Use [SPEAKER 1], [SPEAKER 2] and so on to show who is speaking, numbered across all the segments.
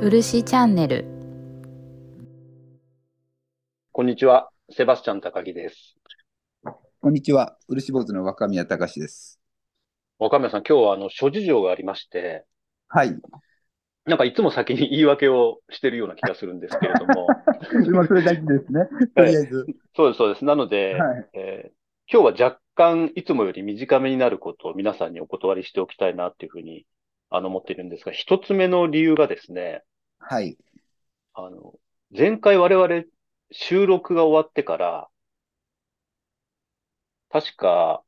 [SPEAKER 1] 漆チャンネル
[SPEAKER 2] こんにちは、セバスチャン高木です。
[SPEAKER 3] こんにちは、漆坊主の若宮隆です。
[SPEAKER 2] 若宮さん、今日はあの諸事情がありまして、
[SPEAKER 3] はい、
[SPEAKER 2] なんかいつも先に言い訳をしてるような気がするんですけれど も、
[SPEAKER 3] 今それだけですね。とりあえず、
[SPEAKER 2] そうです、そうです。なので、
[SPEAKER 3] はい、
[SPEAKER 2] えー今日は若干いつもより短めになることを皆さんにお断りしておきたいなっていうふうにあの思っているんですが、一つ目の理由がですね、
[SPEAKER 3] はい、
[SPEAKER 2] あの、前回我々収録が終わってから、確か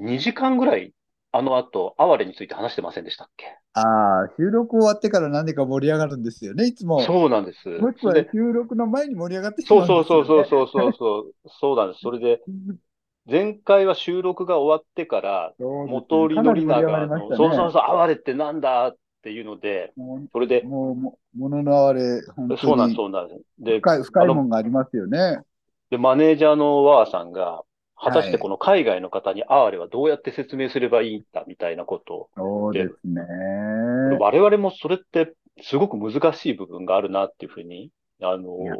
[SPEAKER 2] 2時間ぐらいあの後、哀れについて話してませんでしたっけ
[SPEAKER 3] ああ、収録終わってから何でか盛り上がるんですよね、いつも。
[SPEAKER 2] そうなんです。
[SPEAKER 3] もしく
[SPEAKER 2] そ
[SPEAKER 3] は
[SPEAKER 2] れで
[SPEAKER 3] 収録の前に盛り上がってし
[SPEAKER 2] そ
[SPEAKER 3] ま
[SPEAKER 2] うそうそうそう
[SPEAKER 3] う
[SPEAKER 2] そうそうそう、そうなんです。それで、前回は収録が終わってから、
[SPEAKER 3] そう。
[SPEAKER 2] 元
[SPEAKER 3] か
[SPEAKER 2] り
[SPEAKER 3] な
[SPEAKER 2] の
[SPEAKER 3] り
[SPEAKER 2] り
[SPEAKER 3] 盛
[SPEAKER 2] な
[SPEAKER 3] り上が
[SPEAKER 2] が、
[SPEAKER 3] りましたね。
[SPEAKER 2] そうそうそう、哀れってなんだっていうので、
[SPEAKER 3] も
[SPEAKER 2] それで
[SPEAKER 3] う、、もうももののあれ、本
[SPEAKER 2] そうなんです、
[SPEAKER 3] 当に
[SPEAKER 2] そうなんです。で、
[SPEAKER 3] 深い、深い
[SPEAKER 2] あの
[SPEAKER 3] もんがありますよね。
[SPEAKER 2] でマネージャーのワーさんが、果たし
[SPEAKER 3] は
[SPEAKER 2] て
[SPEAKER 3] い
[SPEAKER 2] この海外の方に哀れはどうやって説明すればいいんだみたいなことを、
[SPEAKER 3] そうですね。
[SPEAKER 2] 我々もそれってすごく難しい部分があるなっていうふうに、あの、
[SPEAKER 3] いや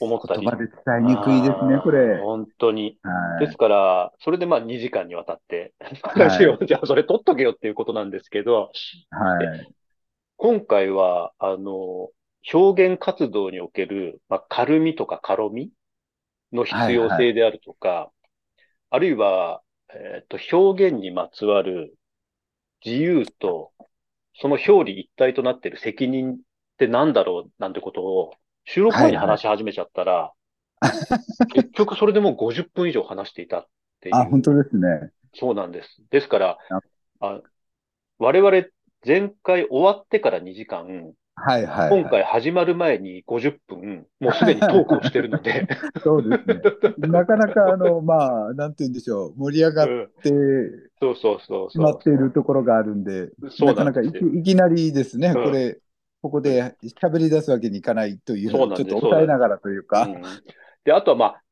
[SPEAKER 2] 思ったり。
[SPEAKER 3] 言葉で伝えにくいですね
[SPEAKER 2] あ、ー
[SPEAKER 3] これ。
[SPEAKER 2] 本当に。
[SPEAKER 3] はい
[SPEAKER 2] ですから、それでまあ2時間にわたって話 を、じゃあそれ取っとけよっていうことなんですけど、
[SPEAKER 3] はい。
[SPEAKER 2] 今回は、あの、表現活動における、まあ、軽みとか軽みの必要性であるとか、あるいは、えっ、と、表現にまつわる自由と、その表裏一体となっている責任ってなんだろうなんてことを、収録後に話し始めちゃったら、 結局それでもう50分以上話していたっていう。
[SPEAKER 3] あ、本当ですね。
[SPEAKER 2] そうなんです。ですから
[SPEAKER 3] あ、
[SPEAKER 2] あ我々、前回終わってから2時間、
[SPEAKER 3] はいはいはい。
[SPEAKER 2] 今回始まる前に50分、もうすでにトークをしてるので、
[SPEAKER 3] そうですね。 なかなか、あの、まあ、なんて言うんでしょう、盛り 上がっ
[SPEAKER 2] うん
[SPEAKER 3] て
[SPEAKER 2] そうそうそう
[SPEAKER 3] し
[SPEAKER 2] そ
[SPEAKER 3] まっ
[SPEAKER 2] う。
[SPEAKER 3] ているところがあるんで、
[SPEAKER 2] そう
[SPEAKER 3] なか
[SPEAKER 2] な
[SPEAKER 3] なんか
[SPEAKER 2] で
[SPEAKER 3] い
[SPEAKER 2] す
[SPEAKER 3] き
[SPEAKER 2] よ。
[SPEAKER 3] いきなりですね、
[SPEAKER 2] うん
[SPEAKER 3] これ、ここで喋り出すわけにいかないという、
[SPEAKER 2] そうなん
[SPEAKER 3] ち
[SPEAKER 2] で
[SPEAKER 3] ょ
[SPEAKER 2] す
[SPEAKER 3] っと抑えながらという
[SPEAKER 2] う
[SPEAKER 3] か、
[SPEAKER 2] んで、あとはまあ、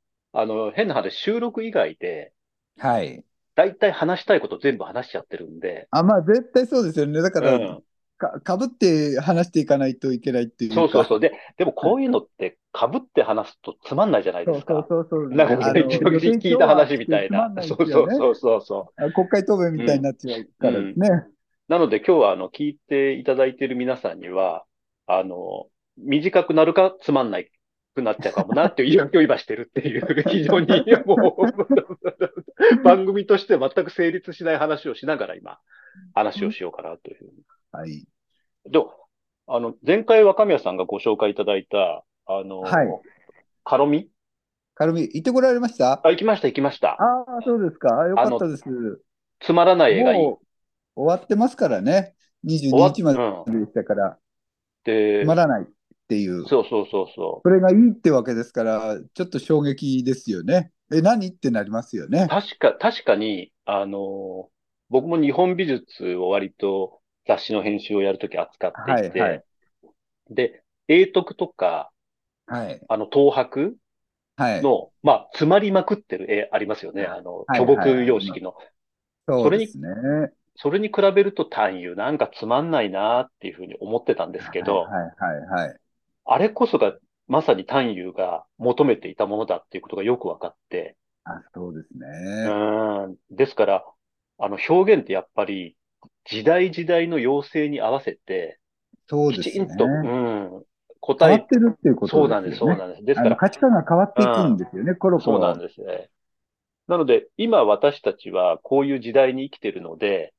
[SPEAKER 2] あの、変な話、収録以外で、
[SPEAKER 3] はい。
[SPEAKER 2] だいたい話したいこと全部話しちゃってるんで、
[SPEAKER 3] あ、まあ、絶対そうですよね。だか
[SPEAKER 2] う
[SPEAKER 3] ら
[SPEAKER 2] ん、
[SPEAKER 3] か、かぶって話していかないといけないっていうか。
[SPEAKER 2] そうそうそう。で、でもこういうのって被って話すとつまんないじゃないです
[SPEAKER 3] そう
[SPEAKER 2] か。
[SPEAKER 3] そうそうそう
[SPEAKER 2] なんか、
[SPEAKER 3] あの
[SPEAKER 2] 一度聞いた話みたいな。
[SPEAKER 3] 予定
[SPEAKER 2] そ
[SPEAKER 3] 調
[SPEAKER 2] うそう
[SPEAKER 3] 和してつまんないですよね
[SPEAKER 2] そうそうそう。
[SPEAKER 3] あ国会答弁みたいになっちゃうからですね。
[SPEAKER 2] なので今日はあの聞いていただいている皆さんには、あの、短くなるかつまんないくなっちゃうかもなっていう言い訳を今してるっていう、 非常にもう、番組として全く成立しない話をしながら今、話をしようかなというふう
[SPEAKER 3] はい。
[SPEAKER 2] に。で、あの、前回若宮さんがご紹介いただいた、あの、
[SPEAKER 3] はい
[SPEAKER 2] カロミ
[SPEAKER 3] 軽み、行ってこられました
[SPEAKER 2] あ、行きました、行きました。
[SPEAKER 3] ああ、そうですか。あよ
[SPEAKER 2] あ
[SPEAKER 3] か
[SPEAKER 2] の
[SPEAKER 3] ったです。
[SPEAKER 2] つまらない映画いい。
[SPEAKER 3] もう終わってますからね。
[SPEAKER 2] 終わ
[SPEAKER 3] 22
[SPEAKER 2] っ
[SPEAKER 3] 日ま
[SPEAKER 2] うん
[SPEAKER 3] ででしたから、
[SPEAKER 2] で
[SPEAKER 3] つまらないっていう。
[SPEAKER 2] そうそうそうそう。
[SPEAKER 3] それがいいってわけですから、ちょっと衝撃ですよね。え、何ってなりますよね。
[SPEAKER 2] 確か、確かに、あのー僕も日本美術を割と雑誌の編集をやるとき扱っていて、
[SPEAKER 3] はいはい
[SPEAKER 2] で、英徳とか、
[SPEAKER 3] はい。
[SPEAKER 2] あの、東博
[SPEAKER 3] はい。
[SPEAKER 2] の、まあ、詰まりまくってる絵ありますよね。あの、
[SPEAKER 3] はい
[SPEAKER 2] 巨木様式の。
[SPEAKER 3] そ
[SPEAKER 2] そうれ
[SPEAKER 3] で
[SPEAKER 2] に
[SPEAKER 3] すね。
[SPEAKER 2] それに比べると単優、なんかつまんないなっていうふうに思ってたんですけど、
[SPEAKER 3] はいはいはい。
[SPEAKER 2] あれこそがまさに単優が求めていたものだっていうことがよく分かって、
[SPEAKER 3] あ、そうです
[SPEAKER 2] う
[SPEAKER 3] ね。
[SPEAKER 2] ーんですから、あの表現ってやっぱり時代時代の要請に合わせて、
[SPEAKER 3] そう
[SPEAKER 2] き
[SPEAKER 3] です
[SPEAKER 2] ち
[SPEAKER 3] ね
[SPEAKER 2] ん。と、うん、
[SPEAKER 3] 変
[SPEAKER 2] 答
[SPEAKER 3] わ
[SPEAKER 2] え、
[SPEAKER 3] ってるっていうこと
[SPEAKER 2] そうなんです、
[SPEAKER 3] よ
[SPEAKER 2] そう
[SPEAKER 3] ね
[SPEAKER 2] なんです。です
[SPEAKER 3] あ
[SPEAKER 2] か
[SPEAKER 3] の
[SPEAKER 2] ら、
[SPEAKER 3] 価値観が変わっていくんですよね、コロコ
[SPEAKER 2] そう
[SPEAKER 3] ロ。
[SPEAKER 2] なんですね。なので、今私たちはこういう時代に生きてるので、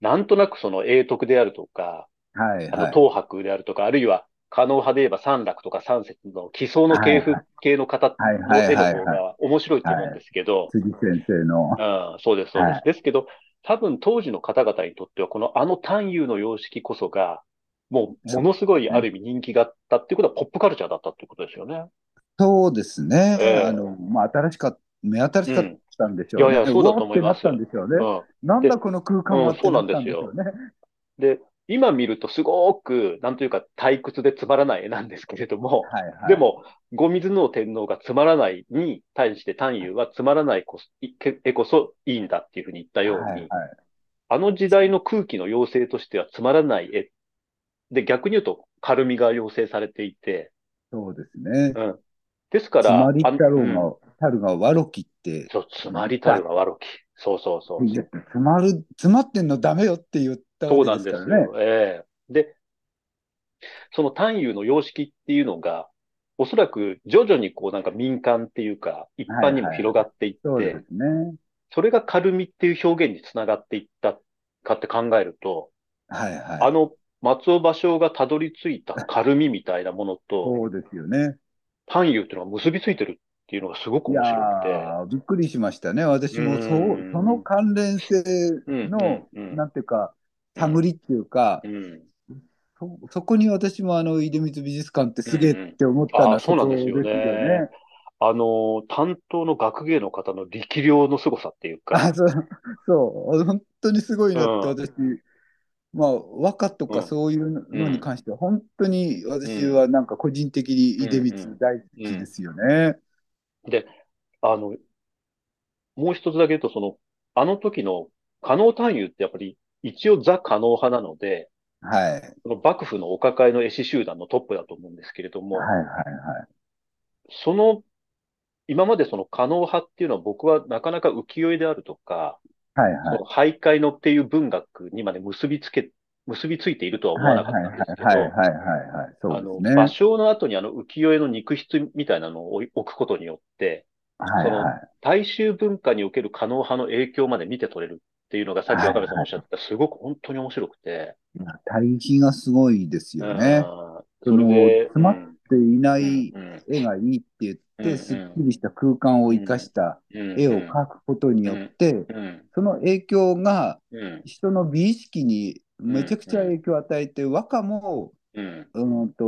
[SPEAKER 2] なんとなくその永徳であるとか、
[SPEAKER 3] はい
[SPEAKER 2] あの
[SPEAKER 3] はい。
[SPEAKER 2] 東博であるとか、あるいは可能派で言えば三楽とか三節の奇想の系譜
[SPEAKER 3] は
[SPEAKER 2] 系の方
[SPEAKER 3] はい
[SPEAKER 2] の
[SPEAKER 3] はい
[SPEAKER 2] 絵の
[SPEAKER 3] はい
[SPEAKER 2] 方
[SPEAKER 3] はい。
[SPEAKER 2] が面白いと思うんですけど、
[SPEAKER 3] 辻先生の。
[SPEAKER 2] うん、そうです、そうで
[SPEAKER 3] は
[SPEAKER 2] す。ですけど、多分当時の方々にとっては、このあの単優の様式こそが、もうものすごいある意味人気があったっていうことは、ポップカルチャーだったっていうことですよね。
[SPEAKER 3] そうですね。
[SPEAKER 2] ええ
[SPEAKER 3] あの、まあ、新しかった、目新しかったんでしょう
[SPEAKER 2] うんい
[SPEAKER 3] ね。
[SPEAKER 2] やいやそうだと思います
[SPEAKER 3] うわーってなったんでしょうね。
[SPEAKER 2] うん、
[SPEAKER 3] なんだこの空間
[SPEAKER 2] うん
[SPEAKER 3] はってったんでしょうね。
[SPEAKER 2] で、今見るとすごく、なんというか退屈でつまらない絵なんですけれども、
[SPEAKER 3] はいはい。
[SPEAKER 2] で、も、後水の天皇がつまらないに対して単優はつまらないこそいけ絵こそいいんだっていうふうに言った
[SPEAKER 3] はい
[SPEAKER 2] よう
[SPEAKER 3] はい
[SPEAKER 2] に、あの時代の空気の要請としてはつまらない絵で、逆に言うと、軽みが要請されていて、
[SPEAKER 3] そうですね。
[SPEAKER 2] うん。ですか
[SPEAKER 3] つ
[SPEAKER 2] ら、
[SPEAKER 3] まりたろ
[SPEAKER 2] あのう
[SPEAKER 3] う
[SPEAKER 2] ん
[SPEAKER 3] が、たるが悪きって、
[SPEAKER 2] そう、つまりたるが悪き。そうそうそう。
[SPEAKER 3] いや詰まる、詰まってんのダメよって言った
[SPEAKER 2] そう
[SPEAKER 3] わ
[SPEAKER 2] な
[SPEAKER 3] け
[SPEAKER 2] ん
[SPEAKER 3] で
[SPEAKER 2] ですす
[SPEAKER 3] からね。
[SPEAKER 2] よ。ええで、その単位の様式っていうのが、おそらく徐々にこうなんか民間っていうか、一般にも広がっていって、
[SPEAKER 3] そうですね。
[SPEAKER 2] それが軽みっていう表現につながっていったかって考えると、
[SPEAKER 3] はいはい。
[SPEAKER 2] あの松尾芭蕉がたどり着いた軽みみたいなものと、
[SPEAKER 3] そうですよね。
[SPEAKER 2] 単位っていうのが結びついてるっていうのがすごく
[SPEAKER 3] い
[SPEAKER 2] 面白くて。
[SPEAKER 3] やーびっくりしましたね。私もそう
[SPEAKER 2] うん、
[SPEAKER 3] その関連性
[SPEAKER 2] うん
[SPEAKER 3] の、
[SPEAKER 2] うんうん
[SPEAKER 3] なんていうか、探りっていうか
[SPEAKER 2] う、ん、
[SPEAKER 3] そそこに私もあの、出光美術館ってすげえって思ったの
[SPEAKER 2] あ
[SPEAKER 3] は
[SPEAKER 2] あ、そうなんですよ
[SPEAKER 3] こ
[SPEAKER 2] ね。。あの、担当の学芸の方の力量の凄さっていうか、
[SPEAKER 3] あそう、そう、本当にすごいなって私、まあ、和歌とかそういうのに関しては、本当に私はなんか個人的に出光大好きですよね。
[SPEAKER 2] で、あの、もう一つだけ言うと、その、あの時の可能単位ってやっぱり一応ザ可能派なので、
[SPEAKER 3] はい。はい
[SPEAKER 2] その幕府のお抱えの絵師集団のトップだと思うんですけれども、
[SPEAKER 3] はい
[SPEAKER 2] その、今までその可能派っていうのは僕はなかなか浮世絵であるとか、
[SPEAKER 3] はい。はいはい。
[SPEAKER 2] その徘徊のっていう文学にまで結びつけ、結びついているとは思
[SPEAKER 3] はい
[SPEAKER 2] わ
[SPEAKER 3] は
[SPEAKER 2] ないかっ
[SPEAKER 3] はい
[SPEAKER 2] たんですけど、
[SPEAKER 3] はいはいはい。そ
[SPEAKER 2] あ
[SPEAKER 3] う
[SPEAKER 2] の、
[SPEAKER 3] ですね。
[SPEAKER 2] 芭蕉の後にあの浮世絵の肉筆みたいなのを置くことによって、
[SPEAKER 3] はいはい。
[SPEAKER 2] 大衆文化における可能派の影響まで見て取れるっていうのがさっき
[SPEAKER 3] はい
[SPEAKER 2] 若部さんおっしゃった、すごく本当に面白くて。
[SPEAKER 3] 対比がすごいですよね。
[SPEAKER 2] うん
[SPEAKER 3] その
[SPEAKER 2] それで、
[SPEAKER 3] 詰まっ
[SPEAKER 2] うん
[SPEAKER 3] でいな
[SPEAKER 2] う
[SPEAKER 3] い
[SPEAKER 2] ん
[SPEAKER 3] 絵がいいって言っ
[SPEAKER 2] うんうん
[SPEAKER 3] て、すっきりした空間を生かした
[SPEAKER 2] うん
[SPEAKER 3] 絵を描くことによって、
[SPEAKER 2] うん
[SPEAKER 3] その影響が
[SPEAKER 2] うん
[SPEAKER 3] 人の美意識にめちゃくちゃ影響を与えて、和歌も、
[SPEAKER 2] うん
[SPEAKER 3] うん、と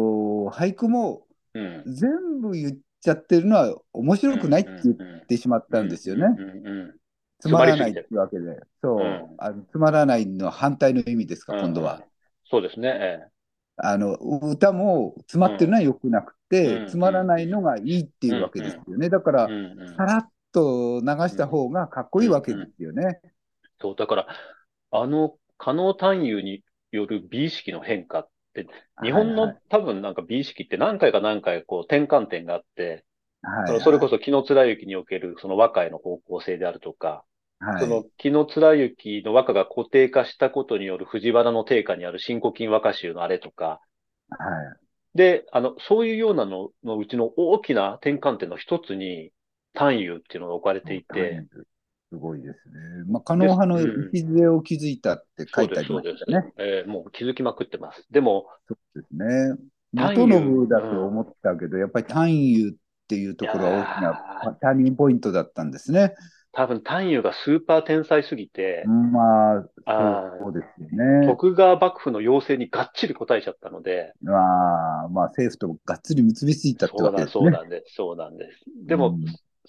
[SPEAKER 3] 俳句も
[SPEAKER 2] うん
[SPEAKER 3] 全部言っちゃってるのは面白くないって言ってしまったんですよね。
[SPEAKER 2] うんうんうん
[SPEAKER 3] つまらないっていうわけで。そう、
[SPEAKER 2] うん
[SPEAKER 3] あのつまらないのは反対の意味ですか、今度
[SPEAKER 2] うん
[SPEAKER 3] は。
[SPEAKER 2] そうですね。え
[SPEAKER 3] あの歌も詰まってるのは良くなくて、
[SPEAKER 2] うん
[SPEAKER 3] つまらないのがいいっていうわけですよね。だか
[SPEAKER 2] え
[SPEAKER 3] ら、
[SPEAKER 2] うんうん
[SPEAKER 3] さらっと流した方がかっこいいわけですよね。
[SPEAKER 2] そう、だから、あの、可能単位による美意識の変化って、日本
[SPEAKER 3] は
[SPEAKER 2] の
[SPEAKER 3] い
[SPEAKER 2] 多分なんか美意識って何回か何回こう転換点があって、
[SPEAKER 3] はい、
[SPEAKER 2] そのそれこそ紀貫之におけるその和解の方向性であるとか、
[SPEAKER 3] はい
[SPEAKER 2] その紀貫之の和歌が固定化したことによる藤原の定下にある新古今和歌集のあれとか、
[SPEAKER 3] はい
[SPEAKER 2] で、あの、そういうようなののうちの大きな転換点の一つに、単位っていうのが置かれていて、
[SPEAKER 3] すごいですね。まあ、狩野派の礎を築いたって書いてあり
[SPEAKER 2] そ
[SPEAKER 3] ま
[SPEAKER 2] うです、
[SPEAKER 3] し
[SPEAKER 2] そ
[SPEAKER 3] た
[SPEAKER 2] うで
[SPEAKER 3] ね。
[SPEAKER 2] す。えーもう気づきまくってます。でも、
[SPEAKER 3] そうですね。
[SPEAKER 2] 単
[SPEAKER 3] 元
[SPEAKER 2] 雄
[SPEAKER 3] 信だと思ったけど、やっぱり単雄っていうところが大き
[SPEAKER 2] いや
[SPEAKER 3] なターニングポイントだったんですね。
[SPEAKER 2] 多分、丹羽がスーパー天才すぎて、
[SPEAKER 3] まあ、
[SPEAKER 2] あー
[SPEAKER 3] そうですよね。
[SPEAKER 2] 徳川幕府の要請にがっちり応えちゃったので、
[SPEAKER 3] まあ、まあ、政府とがっつり結びついたって
[SPEAKER 2] そう
[SPEAKER 3] わけ
[SPEAKER 2] な
[SPEAKER 3] で
[SPEAKER 2] ん
[SPEAKER 3] す
[SPEAKER 2] そう
[SPEAKER 3] ね。
[SPEAKER 2] なんです、そうなんです。でも、
[SPEAKER 3] うん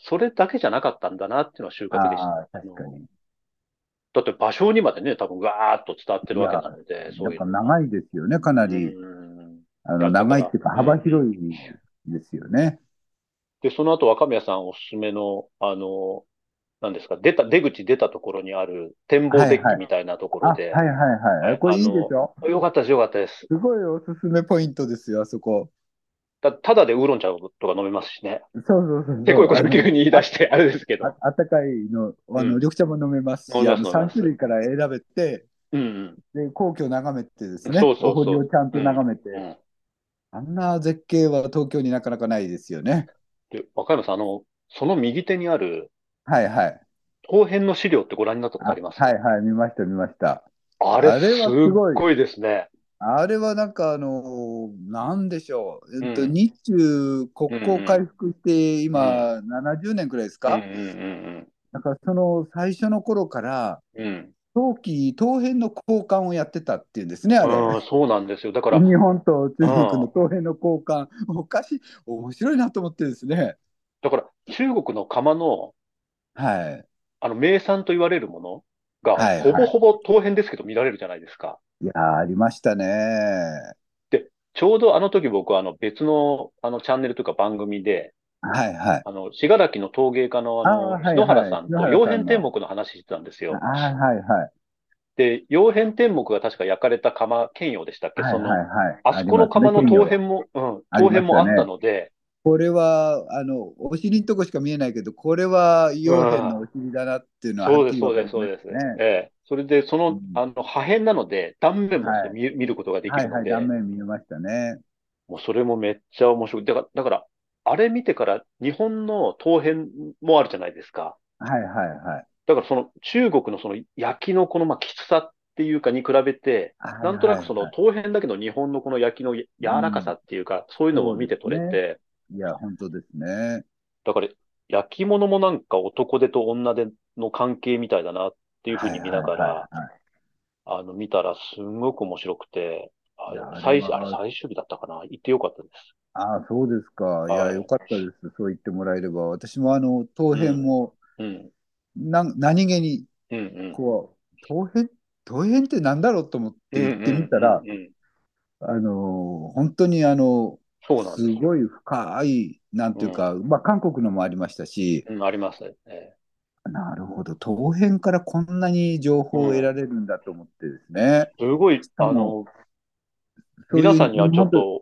[SPEAKER 2] それだけじゃなかったんだなっていうのは収穫でした。
[SPEAKER 3] ああ、確かに。
[SPEAKER 2] だって、場所にまでね、多分、わーっと伝わってるわけなので、そうい
[SPEAKER 3] やっぱ
[SPEAKER 2] う。
[SPEAKER 3] 長いですよね、かなり。
[SPEAKER 2] うん
[SPEAKER 3] あの長いっていうか、幅広いですよね。
[SPEAKER 2] で、その後、若宮さんおすすめの、あの、なんですか、出た、出口出たところにある展望デッキみたいなとこ
[SPEAKER 3] あ、
[SPEAKER 2] ろ
[SPEAKER 3] はい
[SPEAKER 2] で、
[SPEAKER 3] はいはい。これいいでしょ
[SPEAKER 2] よかったです、よかったです。
[SPEAKER 3] すごいおすすめポイントですよ、あそこ。
[SPEAKER 2] た、ただでウーロン茶とか飲めますしね。
[SPEAKER 3] そうそうそうそう。
[SPEAKER 2] 結構いうこと
[SPEAKER 3] あの
[SPEAKER 2] 急に言い出して、あれですけど。
[SPEAKER 3] ああったかいの、あ
[SPEAKER 2] うん
[SPEAKER 3] の緑茶も飲めますし、
[SPEAKER 2] 飲めま
[SPEAKER 3] あ
[SPEAKER 2] す
[SPEAKER 3] の
[SPEAKER 2] 飲めま
[SPEAKER 3] 3
[SPEAKER 2] す
[SPEAKER 3] 種類から選べて、
[SPEAKER 2] うんうん。
[SPEAKER 3] で皇居を眺めてですね、
[SPEAKER 2] そうそうそう
[SPEAKER 3] お堀をちゃんと眺めて、
[SPEAKER 2] うん
[SPEAKER 3] あんな絶景は東京になかなかないですよね。
[SPEAKER 2] で、若山さん、あの、その右手にある、
[SPEAKER 3] はいはい。
[SPEAKER 2] 後編の資料ってご覧になったこと
[SPEAKER 3] あ
[SPEAKER 2] あります
[SPEAKER 3] はいはい、見ました、見ました。
[SPEAKER 2] あれ、
[SPEAKER 3] あれ
[SPEAKER 2] す
[SPEAKER 3] は
[SPEAKER 2] っ
[SPEAKER 3] すごい
[SPEAKER 2] ごいですね。
[SPEAKER 3] あれはなんか、あのーなんでしょう、えっと、
[SPEAKER 2] うん
[SPEAKER 3] 日中国交回復して、今、70年くらいです
[SPEAKER 2] うん
[SPEAKER 3] か、
[SPEAKER 2] うん
[SPEAKER 3] だからその最初の頃から、
[SPEAKER 2] うんうん。
[SPEAKER 3] 冬季、東辺の交換をやってたっていうんですね、あれ。
[SPEAKER 2] うん。うん、そうなんですよ。だから、
[SPEAKER 3] 日本と中国の東辺の交換、おかしい、面白いなと思ってですね。
[SPEAKER 2] だから、中国の釜の、
[SPEAKER 3] は
[SPEAKER 2] あの、名産と言われるもの
[SPEAKER 3] はい
[SPEAKER 2] が、
[SPEAKER 3] は
[SPEAKER 2] ほ
[SPEAKER 3] い
[SPEAKER 2] ぼほぼ当編ですけど見られるじゃないですか。
[SPEAKER 3] い。いやー、ありましたね。
[SPEAKER 2] ちょうどあの時僕はあの別のあのチャンネルというか番組で、
[SPEAKER 3] はいはい。
[SPEAKER 2] あの、信楽の陶芸家のあの、
[SPEAKER 3] あーはいはい
[SPEAKER 2] 篠原さんと
[SPEAKER 3] 篠原さんの
[SPEAKER 2] 曜変天目の話してたんですよ。
[SPEAKER 3] あーはいはい。
[SPEAKER 2] で、曜変天目が確か焼かれた釜、剣用でしたっけ、
[SPEAKER 3] はい
[SPEAKER 2] そ
[SPEAKER 3] はい
[SPEAKER 2] の、
[SPEAKER 3] はい。
[SPEAKER 2] あそこの釜の
[SPEAKER 3] り
[SPEAKER 2] 陶
[SPEAKER 3] ますね
[SPEAKER 2] 片も、うん、
[SPEAKER 3] あり
[SPEAKER 2] 陶
[SPEAKER 3] ましたね
[SPEAKER 2] 片もあったので、
[SPEAKER 3] これは、あの、お尻のとこしか見えないけど、これは傭兵のお尻だなっていうのは
[SPEAKER 2] そう
[SPEAKER 3] はっ
[SPEAKER 2] で
[SPEAKER 3] き
[SPEAKER 2] す、
[SPEAKER 3] り
[SPEAKER 2] そう
[SPEAKER 3] わか
[SPEAKER 2] で
[SPEAKER 3] り
[SPEAKER 2] す、そうです。
[SPEAKER 3] ますね。
[SPEAKER 2] ええ。それで、その、
[SPEAKER 3] うん
[SPEAKER 2] あの、破片なので、断面も
[SPEAKER 3] はい
[SPEAKER 2] 見,、見ることができ
[SPEAKER 3] は
[SPEAKER 2] る
[SPEAKER 3] いは
[SPEAKER 2] の
[SPEAKER 3] い、
[SPEAKER 2] で、
[SPEAKER 3] 断面見えましたね。
[SPEAKER 2] もうそれもめっちゃ面白い。だから、だから、あれ見てから日本の陶片もあるじゃないですか。
[SPEAKER 3] はいはいはい。
[SPEAKER 2] だからその中国のその焼きのこのまあきつさっていうかに比べて、
[SPEAKER 3] はいはいはい
[SPEAKER 2] なんとなくその陶片だけど日本のこの焼きの柔らかさっていうか、そういうのも見て取れ
[SPEAKER 3] そう
[SPEAKER 2] て、
[SPEAKER 3] いや、本当ですね。
[SPEAKER 2] だから焼き物もなんか男手と女手の関係みたいだなっていうふうに見ながら、
[SPEAKER 3] はいはいはいはい
[SPEAKER 2] あの見たらすんごく面白くて、あ
[SPEAKER 3] いやあれ
[SPEAKER 2] 最、
[SPEAKER 3] は
[SPEAKER 2] あれ最終日だったかな行ってよかったです。
[SPEAKER 3] ああ、そうですか。いや、
[SPEAKER 2] はい
[SPEAKER 3] よかったです。そう言ってもらえれば。私も、あの、陶片も、
[SPEAKER 2] うん、
[SPEAKER 3] なん、何気に、
[SPEAKER 2] うん、うん。
[SPEAKER 3] こう、陶片、陶片ってなんだろうと思って言ってみたら
[SPEAKER 2] うん、うんうんうん
[SPEAKER 3] あの、本当に、あの、
[SPEAKER 2] そうなんですすよ。
[SPEAKER 3] ごい深い、なんていうか、まあ、韓国のもありましたし、
[SPEAKER 2] うん、ありますね。え
[SPEAKER 3] なるほど、陶片からこんなに情報を得られるんだと思ってですね。
[SPEAKER 2] えすごい、
[SPEAKER 3] か
[SPEAKER 2] あ
[SPEAKER 3] も
[SPEAKER 2] の、
[SPEAKER 3] そういう
[SPEAKER 2] 皆さんにはちょっと、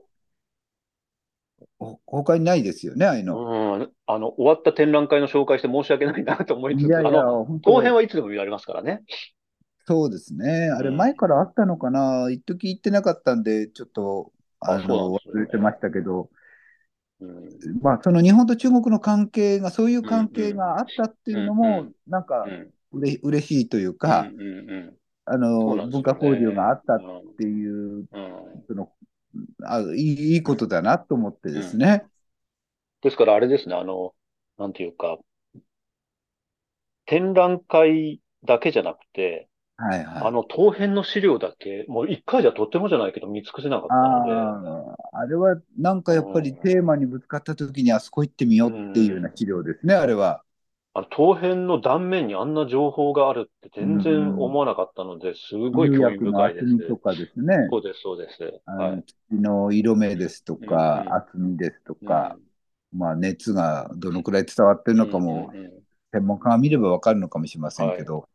[SPEAKER 3] ほ他にないですよね、ああいうの。
[SPEAKER 2] うん、あの、終わった展覧会の紹介して申し訳ないなと思いつ
[SPEAKER 3] い
[SPEAKER 2] つ、
[SPEAKER 3] や
[SPEAKER 2] あ
[SPEAKER 3] いや、
[SPEAKER 2] の、
[SPEAKER 3] 本当
[SPEAKER 2] 後編はいつでも見られますからね。
[SPEAKER 3] そうですね。あれ、
[SPEAKER 2] うん
[SPEAKER 3] 前からあったのかな、一時行ってなかったんで、ちょっと、あ
[SPEAKER 2] あそう
[SPEAKER 3] の、
[SPEAKER 2] なん
[SPEAKER 3] 忘
[SPEAKER 2] ですね
[SPEAKER 3] れてましたけど、
[SPEAKER 2] うん、
[SPEAKER 3] まあ、その日本と中国の関係が、そういう関係があったっていうの
[SPEAKER 2] うんう
[SPEAKER 3] も
[SPEAKER 2] ん、
[SPEAKER 3] なん
[SPEAKER 2] う
[SPEAKER 3] か、
[SPEAKER 2] ん、
[SPEAKER 3] うれ、嬉しいという
[SPEAKER 2] うん
[SPEAKER 3] か、、
[SPEAKER 2] うんうん、
[SPEAKER 3] あ
[SPEAKER 2] そう
[SPEAKER 3] の、
[SPEAKER 2] なんですよね
[SPEAKER 3] 文化交流があった
[SPEAKER 2] う
[SPEAKER 3] っ
[SPEAKER 2] ん、
[SPEAKER 3] ていう、
[SPEAKER 2] うん。
[SPEAKER 3] その、あ、いいいいことだなと思ってですね。
[SPEAKER 2] ですから、あれですね、あの、なんていうか、展覧会だけじゃなくて、
[SPEAKER 3] はいはい。
[SPEAKER 2] あの、当編の資料だけ、もう一回じゃとってもじゃないけど見尽くせなかったので、
[SPEAKER 3] ああ、あれはなんかやっぱりテーマにぶつかった時にあそこ行ってみようっていうような資料ですね、あれは。
[SPEAKER 2] あの、陶片の断面にあんな情報があるって全然思わなかったので、すごい興味
[SPEAKER 3] 釉薬の
[SPEAKER 2] 深いで
[SPEAKER 3] 厚みと
[SPEAKER 2] す。
[SPEAKER 3] かですね、
[SPEAKER 2] そうです、そうです。
[SPEAKER 3] あ
[SPEAKER 2] はい。
[SPEAKER 3] の土の色目ですと
[SPEAKER 2] うんうん
[SPEAKER 3] か、厚みですとか
[SPEAKER 2] う、ん
[SPEAKER 3] まあ熱がどのくらい伝わってるのかも
[SPEAKER 2] う、んうんうんい
[SPEAKER 3] 専門家が見ればわかるのかもしれませんけど、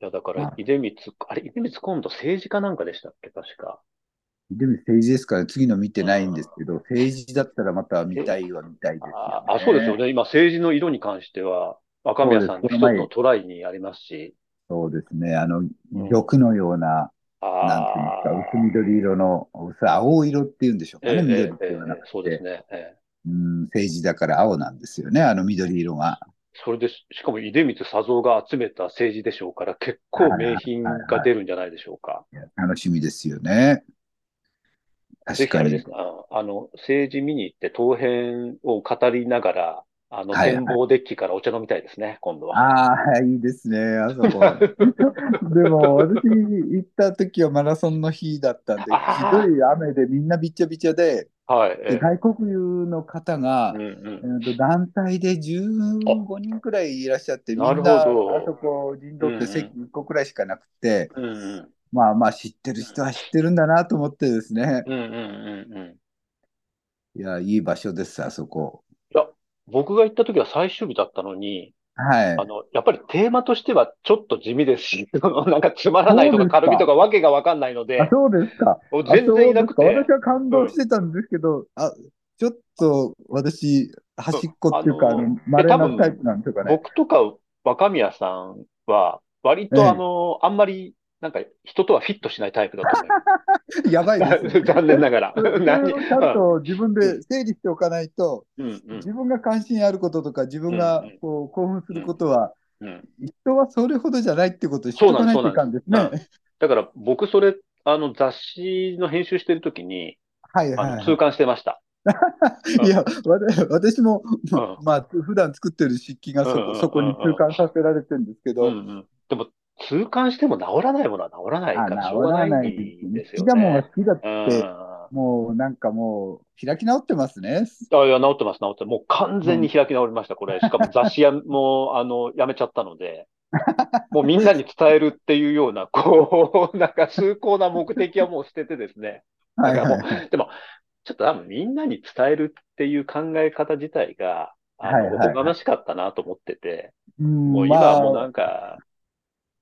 [SPEAKER 2] や、だか
[SPEAKER 3] まあ
[SPEAKER 2] ら、出光、あれ、出光今度政治家なんかでしたっけ、確か。
[SPEAKER 3] でも政治ですから次の見てないんですけど、政治だったらまた見たいは見たいですよ
[SPEAKER 2] ああ、そうですよ
[SPEAKER 3] ね。
[SPEAKER 2] ね。今、政治の色に関しては、若宮さんの
[SPEAKER 3] そうです
[SPEAKER 2] 一つ
[SPEAKER 3] この前
[SPEAKER 2] のトライにありますし、
[SPEAKER 3] そうですね。あの、玉のような、なんていうんです
[SPEAKER 2] あ
[SPEAKER 3] か、薄緑色の、薄青色っていうんでしょう
[SPEAKER 2] ーええ
[SPEAKER 3] かね、緑
[SPEAKER 2] ええ
[SPEAKER 3] ではな
[SPEAKER 2] ええ
[SPEAKER 3] く
[SPEAKER 2] そうで
[SPEAKER 3] て
[SPEAKER 2] す。ね。ええ
[SPEAKER 3] うん、政治だから青なんですよね、あの緑色が。
[SPEAKER 2] それで、ししかも、出光佐三が集めた政治でしょうから、結構名品が出るんじゃないでしょうか。
[SPEAKER 3] 楽しみですよね。
[SPEAKER 2] ぜ
[SPEAKER 3] 確
[SPEAKER 2] ひ
[SPEAKER 3] か
[SPEAKER 2] あれ
[SPEAKER 3] に
[SPEAKER 2] です。ね、あの、あの政治見に行って、当編を語りながら、あの、
[SPEAKER 3] はい
[SPEAKER 2] 展望デッキからお茶飲みたいですね、今度は。
[SPEAKER 3] ああ、いいですね、あそこ。 でも、私行った時はマラソンの日だったんで、ひ
[SPEAKER 2] あー
[SPEAKER 3] どい雨でみんなびっちゃびちゃで、
[SPEAKER 2] はい、え
[SPEAKER 3] で
[SPEAKER 2] え
[SPEAKER 3] 外国の方が
[SPEAKER 2] う、んうん
[SPEAKER 3] え。ーと団体で15人くらいいらっしゃって、みん
[SPEAKER 2] なる
[SPEAKER 3] な、
[SPEAKER 2] ほ
[SPEAKER 3] あ
[SPEAKER 2] ど
[SPEAKER 3] そこ陣取って席1個くらいしかなくて、
[SPEAKER 2] うんうん。
[SPEAKER 3] まあまあ知ってる人は知ってるんだなと思ってですね。
[SPEAKER 2] うんうんうんうん。
[SPEAKER 3] いや、いい場所です、あそこ。
[SPEAKER 2] 僕が行った時は最終日だったのに、
[SPEAKER 3] はい
[SPEAKER 2] あ。の、やっぱりテーマとしてはちょっと地味ですし、その なんかつまらないとか
[SPEAKER 3] そうですか
[SPEAKER 2] 軽みとかわけがわかんないので
[SPEAKER 3] あ、、そうですか。
[SPEAKER 2] もう全然いなく
[SPEAKER 3] あそう
[SPEAKER 2] て
[SPEAKER 3] ですか私、は感動してたんですけど、あ、ちょっと私、端っこっていうか、
[SPEAKER 2] あ
[SPEAKER 3] あ
[SPEAKER 2] の
[SPEAKER 3] の、稀
[SPEAKER 2] 多
[SPEAKER 3] な
[SPEAKER 2] 分
[SPEAKER 3] タイプなんですかね。
[SPEAKER 2] 僕とか若宮さんは、割とあの、あんまり、なんか人とはフィットしないタイプだと思いま
[SPEAKER 3] やばいです
[SPEAKER 2] す。
[SPEAKER 3] ね。
[SPEAKER 2] 残念ながら。
[SPEAKER 3] それ を
[SPEAKER 2] 何
[SPEAKER 3] ちゃんと自分で整理しておかないと、
[SPEAKER 2] うんうん
[SPEAKER 3] 自分が関心あることとか、自分が
[SPEAKER 2] うんうん
[SPEAKER 3] こう興奮することは、
[SPEAKER 2] うん。
[SPEAKER 3] 人はそれほどじゃないってことを知っとかないといかんですね
[SPEAKER 2] そうなん。だから僕それ、あの雑誌の編集してる時に、
[SPEAKER 3] はい
[SPEAKER 2] あ
[SPEAKER 3] は
[SPEAKER 2] の、
[SPEAKER 3] い。
[SPEAKER 2] 痛感してました。
[SPEAKER 3] いや、わた私も、ま
[SPEAKER 2] う
[SPEAKER 3] まあ、普段作ってる漆器がそ
[SPEAKER 2] うんうんうん
[SPEAKER 3] こ、そこに痛感させられてるんですけ
[SPEAKER 2] うん
[SPEAKER 3] ど、
[SPEAKER 2] うん。でも、痛感しても治らないものは治らない
[SPEAKER 3] あ、
[SPEAKER 2] から、しょ
[SPEAKER 3] 治
[SPEAKER 2] うが
[SPEAKER 3] ら
[SPEAKER 2] な
[SPEAKER 3] ないい
[SPEAKER 2] ん
[SPEAKER 3] で
[SPEAKER 2] ですす
[SPEAKER 3] ね。
[SPEAKER 2] よ
[SPEAKER 3] 好きだもん
[SPEAKER 2] ね
[SPEAKER 3] が。好きだっ
[SPEAKER 2] うん。
[SPEAKER 3] て、もうなんかもう、開き直ってますね。
[SPEAKER 2] あ、いや、治ってます、治ってます。もう完全に開き直りました、これ。しかも雑誌 や、もう、あの、やめちゃったので、もうみんなに伝えるっていうような、こう、なん か崇高な目的はもう捨ててですね。だ
[SPEAKER 3] はい
[SPEAKER 2] から
[SPEAKER 3] は
[SPEAKER 2] もう
[SPEAKER 3] い。、
[SPEAKER 2] でも、ちょっと多分みんなに伝えるっていう考え方自体が、あ
[SPEAKER 3] はい
[SPEAKER 2] の、お
[SPEAKER 3] はいはい
[SPEAKER 2] こがましかったなと思ってて、
[SPEAKER 3] うん
[SPEAKER 2] もう今
[SPEAKER 3] ま
[SPEAKER 2] は
[SPEAKER 3] あ
[SPEAKER 2] もうなんか、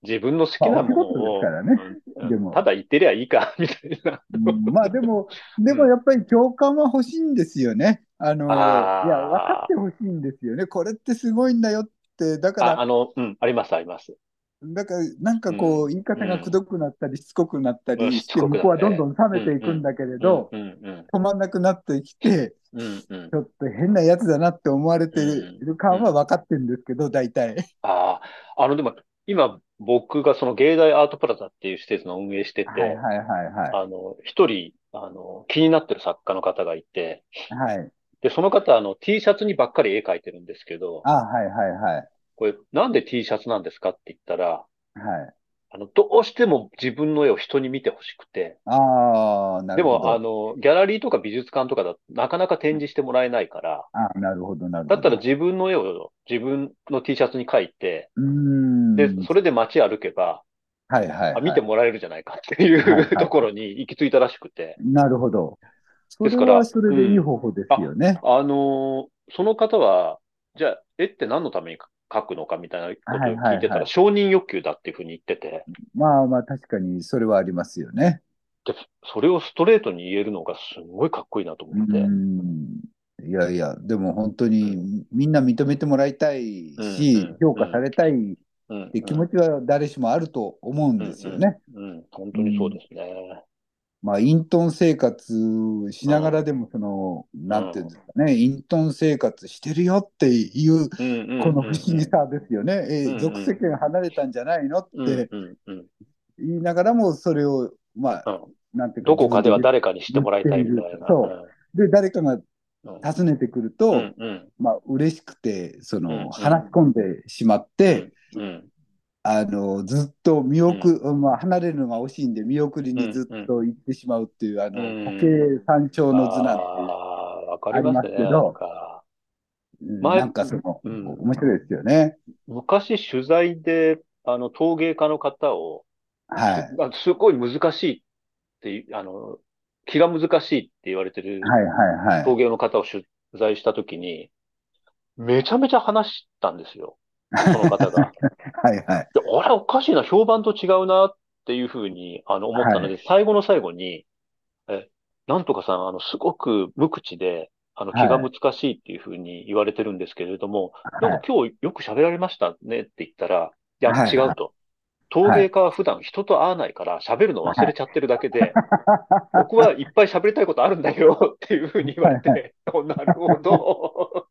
[SPEAKER 2] 自分の好きなものを、
[SPEAKER 3] まあお仕事ですか
[SPEAKER 2] うん
[SPEAKER 3] でも
[SPEAKER 2] ただ言ってりゃいいか、みたいな。
[SPEAKER 3] うんまあで も、でもやっぱり共感は欲しいんですよね。あの、いや、
[SPEAKER 2] あー
[SPEAKER 3] 分かってほしいんですよね。これってすごいんだよって、だか
[SPEAKER 2] あ、
[SPEAKER 3] ら、
[SPEAKER 2] あの、うん、あります、あります。
[SPEAKER 3] だから、なんかこう、言い方がくどくなったり、しつこくなった
[SPEAKER 2] うん
[SPEAKER 3] りし
[SPEAKER 2] しつ
[SPEAKER 3] て、
[SPEAKER 2] こくな
[SPEAKER 3] 向
[SPEAKER 2] って
[SPEAKER 3] こうはどんどん冷めていくんだけれど、
[SPEAKER 2] うん、うん、
[SPEAKER 3] 止まんなくなってきて、
[SPEAKER 2] うん、うん。
[SPEAKER 3] ちょっと変なやつだなって思われてる感は分かってるんですけど、大体。
[SPEAKER 2] ああ、あの、でも、今、僕がその芸大アートプラザっていう施設の運営してて、
[SPEAKER 3] はいはいはいは
[SPEAKER 2] あの、一人、あの、気になってる作家の方がいて、
[SPEAKER 3] い。はい。
[SPEAKER 2] で、その方、あの、T シャツにばっかり絵描いてるんですけど、
[SPEAKER 3] あ、はいはいはい。
[SPEAKER 2] これ、なんで T シャツなんですかって言ったら、
[SPEAKER 3] はい。
[SPEAKER 2] あの、どうしても自分の絵を人に見てほしくて、
[SPEAKER 3] ああ、な
[SPEAKER 2] で
[SPEAKER 3] るほ
[SPEAKER 2] も、あ
[SPEAKER 3] ど。
[SPEAKER 2] の、ギャラリーとか美術館とかだとなかなか展示してもらえないから、
[SPEAKER 3] ああ、なるほど、なる
[SPEAKER 2] だ
[SPEAKER 3] ほ
[SPEAKER 2] ったら
[SPEAKER 3] ど。
[SPEAKER 2] 自分の絵を自分の T シャツに描いて、
[SPEAKER 3] うーん。
[SPEAKER 2] で、それで街歩けば、
[SPEAKER 3] はいはい
[SPEAKER 2] あ
[SPEAKER 3] はい。
[SPEAKER 2] 見てもらえるじゃないかっていう
[SPEAKER 3] はいはい
[SPEAKER 2] ところに行き着いたらしくて、
[SPEAKER 3] なるほど。そ
[SPEAKER 2] です
[SPEAKER 3] れ
[SPEAKER 2] から
[SPEAKER 3] はそれでいい方法ですよね。
[SPEAKER 2] あのーその方は、じゃあ、絵って何のために描くのかみたいなことを聞いてたら、
[SPEAKER 3] はいはいはい
[SPEAKER 2] 承認欲求だっていうふうに言ってて、
[SPEAKER 3] まあまあ確かにそれはありますよね。
[SPEAKER 2] で、それをストレートに言えるのがすごいかっこいいなと
[SPEAKER 3] う
[SPEAKER 2] 思って、
[SPEAKER 3] ん。いやいや、でも本当にみんな認めてもらいたい
[SPEAKER 2] うん
[SPEAKER 3] し
[SPEAKER 2] うん、
[SPEAKER 3] 評価されたいっ
[SPEAKER 2] うん、
[SPEAKER 3] て気持ちは誰しもあると思うんですよね。
[SPEAKER 2] うん、うん本当にそうですね。
[SPEAKER 3] まあ、隠遁生活しながらでも、その、なんていうんですかね、隠遁生活してるよっていう、
[SPEAKER 2] こ
[SPEAKER 3] この不思議さですよね。え
[SPEAKER 2] うんうん
[SPEAKER 3] ー、俗世間離れたんじゃないのっ
[SPEAKER 2] うん
[SPEAKER 3] て
[SPEAKER 2] うんうん
[SPEAKER 3] 言いながらも、それを、まあ、なんていう
[SPEAKER 2] どこかでは
[SPEAKER 3] 自分
[SPEAKER 2] 誰かに知ってもらいたいみたいな。
[SPEAKER 3] そうで誰かが
[SPEAKER 2] うん。
[SPEAKER 3] 訪ねてくると、
[SPEAKER 2] うんうん
[SPEAKER 3] まあ嬉しくて、その、
[SPEAKER 2] うんうん
[SPEAKER 3] 話し込んでしまって、
[SPEAKER 2] うん
[SPEAKER 3] あのずっと見送、まあ、離れるのが惜しいんで、見送りにずっと行ってしまうっていう、あ
[SPEAKER 2] うん
[SPEAKER 3] の、家計三
[SPEAKER 2] あ
[SPEAKER 3] 鳥の図なんて、
[SPEAKER 2] ーわかりますね。
[SPEAKER 3] ありますけど
[SPEAKER 2] なんか
[SPEAKER 3] うん
[SPEAKER 2] 前
[SPEAKER 3] なんかその、
[SPEAKER 2] うん
[SPEAKER 3] 面白いですよね。
[SPEAKER 2] 昔取材で、あの、陶芸家の方を、
[SPEAKER 3] はい。
[SPEAKER 2] あすごい難しいっていう、あの、気が難しいって言われてる
[SPEAKER 3] はいはいは
[SPEAKER 2] 陶芸の方を取材したときに、めちゃめちゃ話したんですよ。その方 が。
[SPEAKER 3] い。はいはい。
[SPEAKER 2] で、あれおかしいな、評判と違うなっていうふうにあの思ったので、最後の最後に、え、なんとかさん、あの、すごく無口で、あの、気
[SPEAKER 3] はい
[SPEAKER 2] が難しいっていうふうに言われてるんですけれども、で
[SPEAKER 3] は
[SPEAKER 2] も
[SPEAKER 3] い
[SPEAKER 2] 今日よく喋られましたねって言ったら、いや、
[SPEAKER 3] はい
[SPEAKER 2] 違うと。陶芸家は普段人と会わないから喋るの忘れちゃってるだけで、 僕はいっぱい喋りたいことあるんだよっていうふうに言われ て、なる ほど。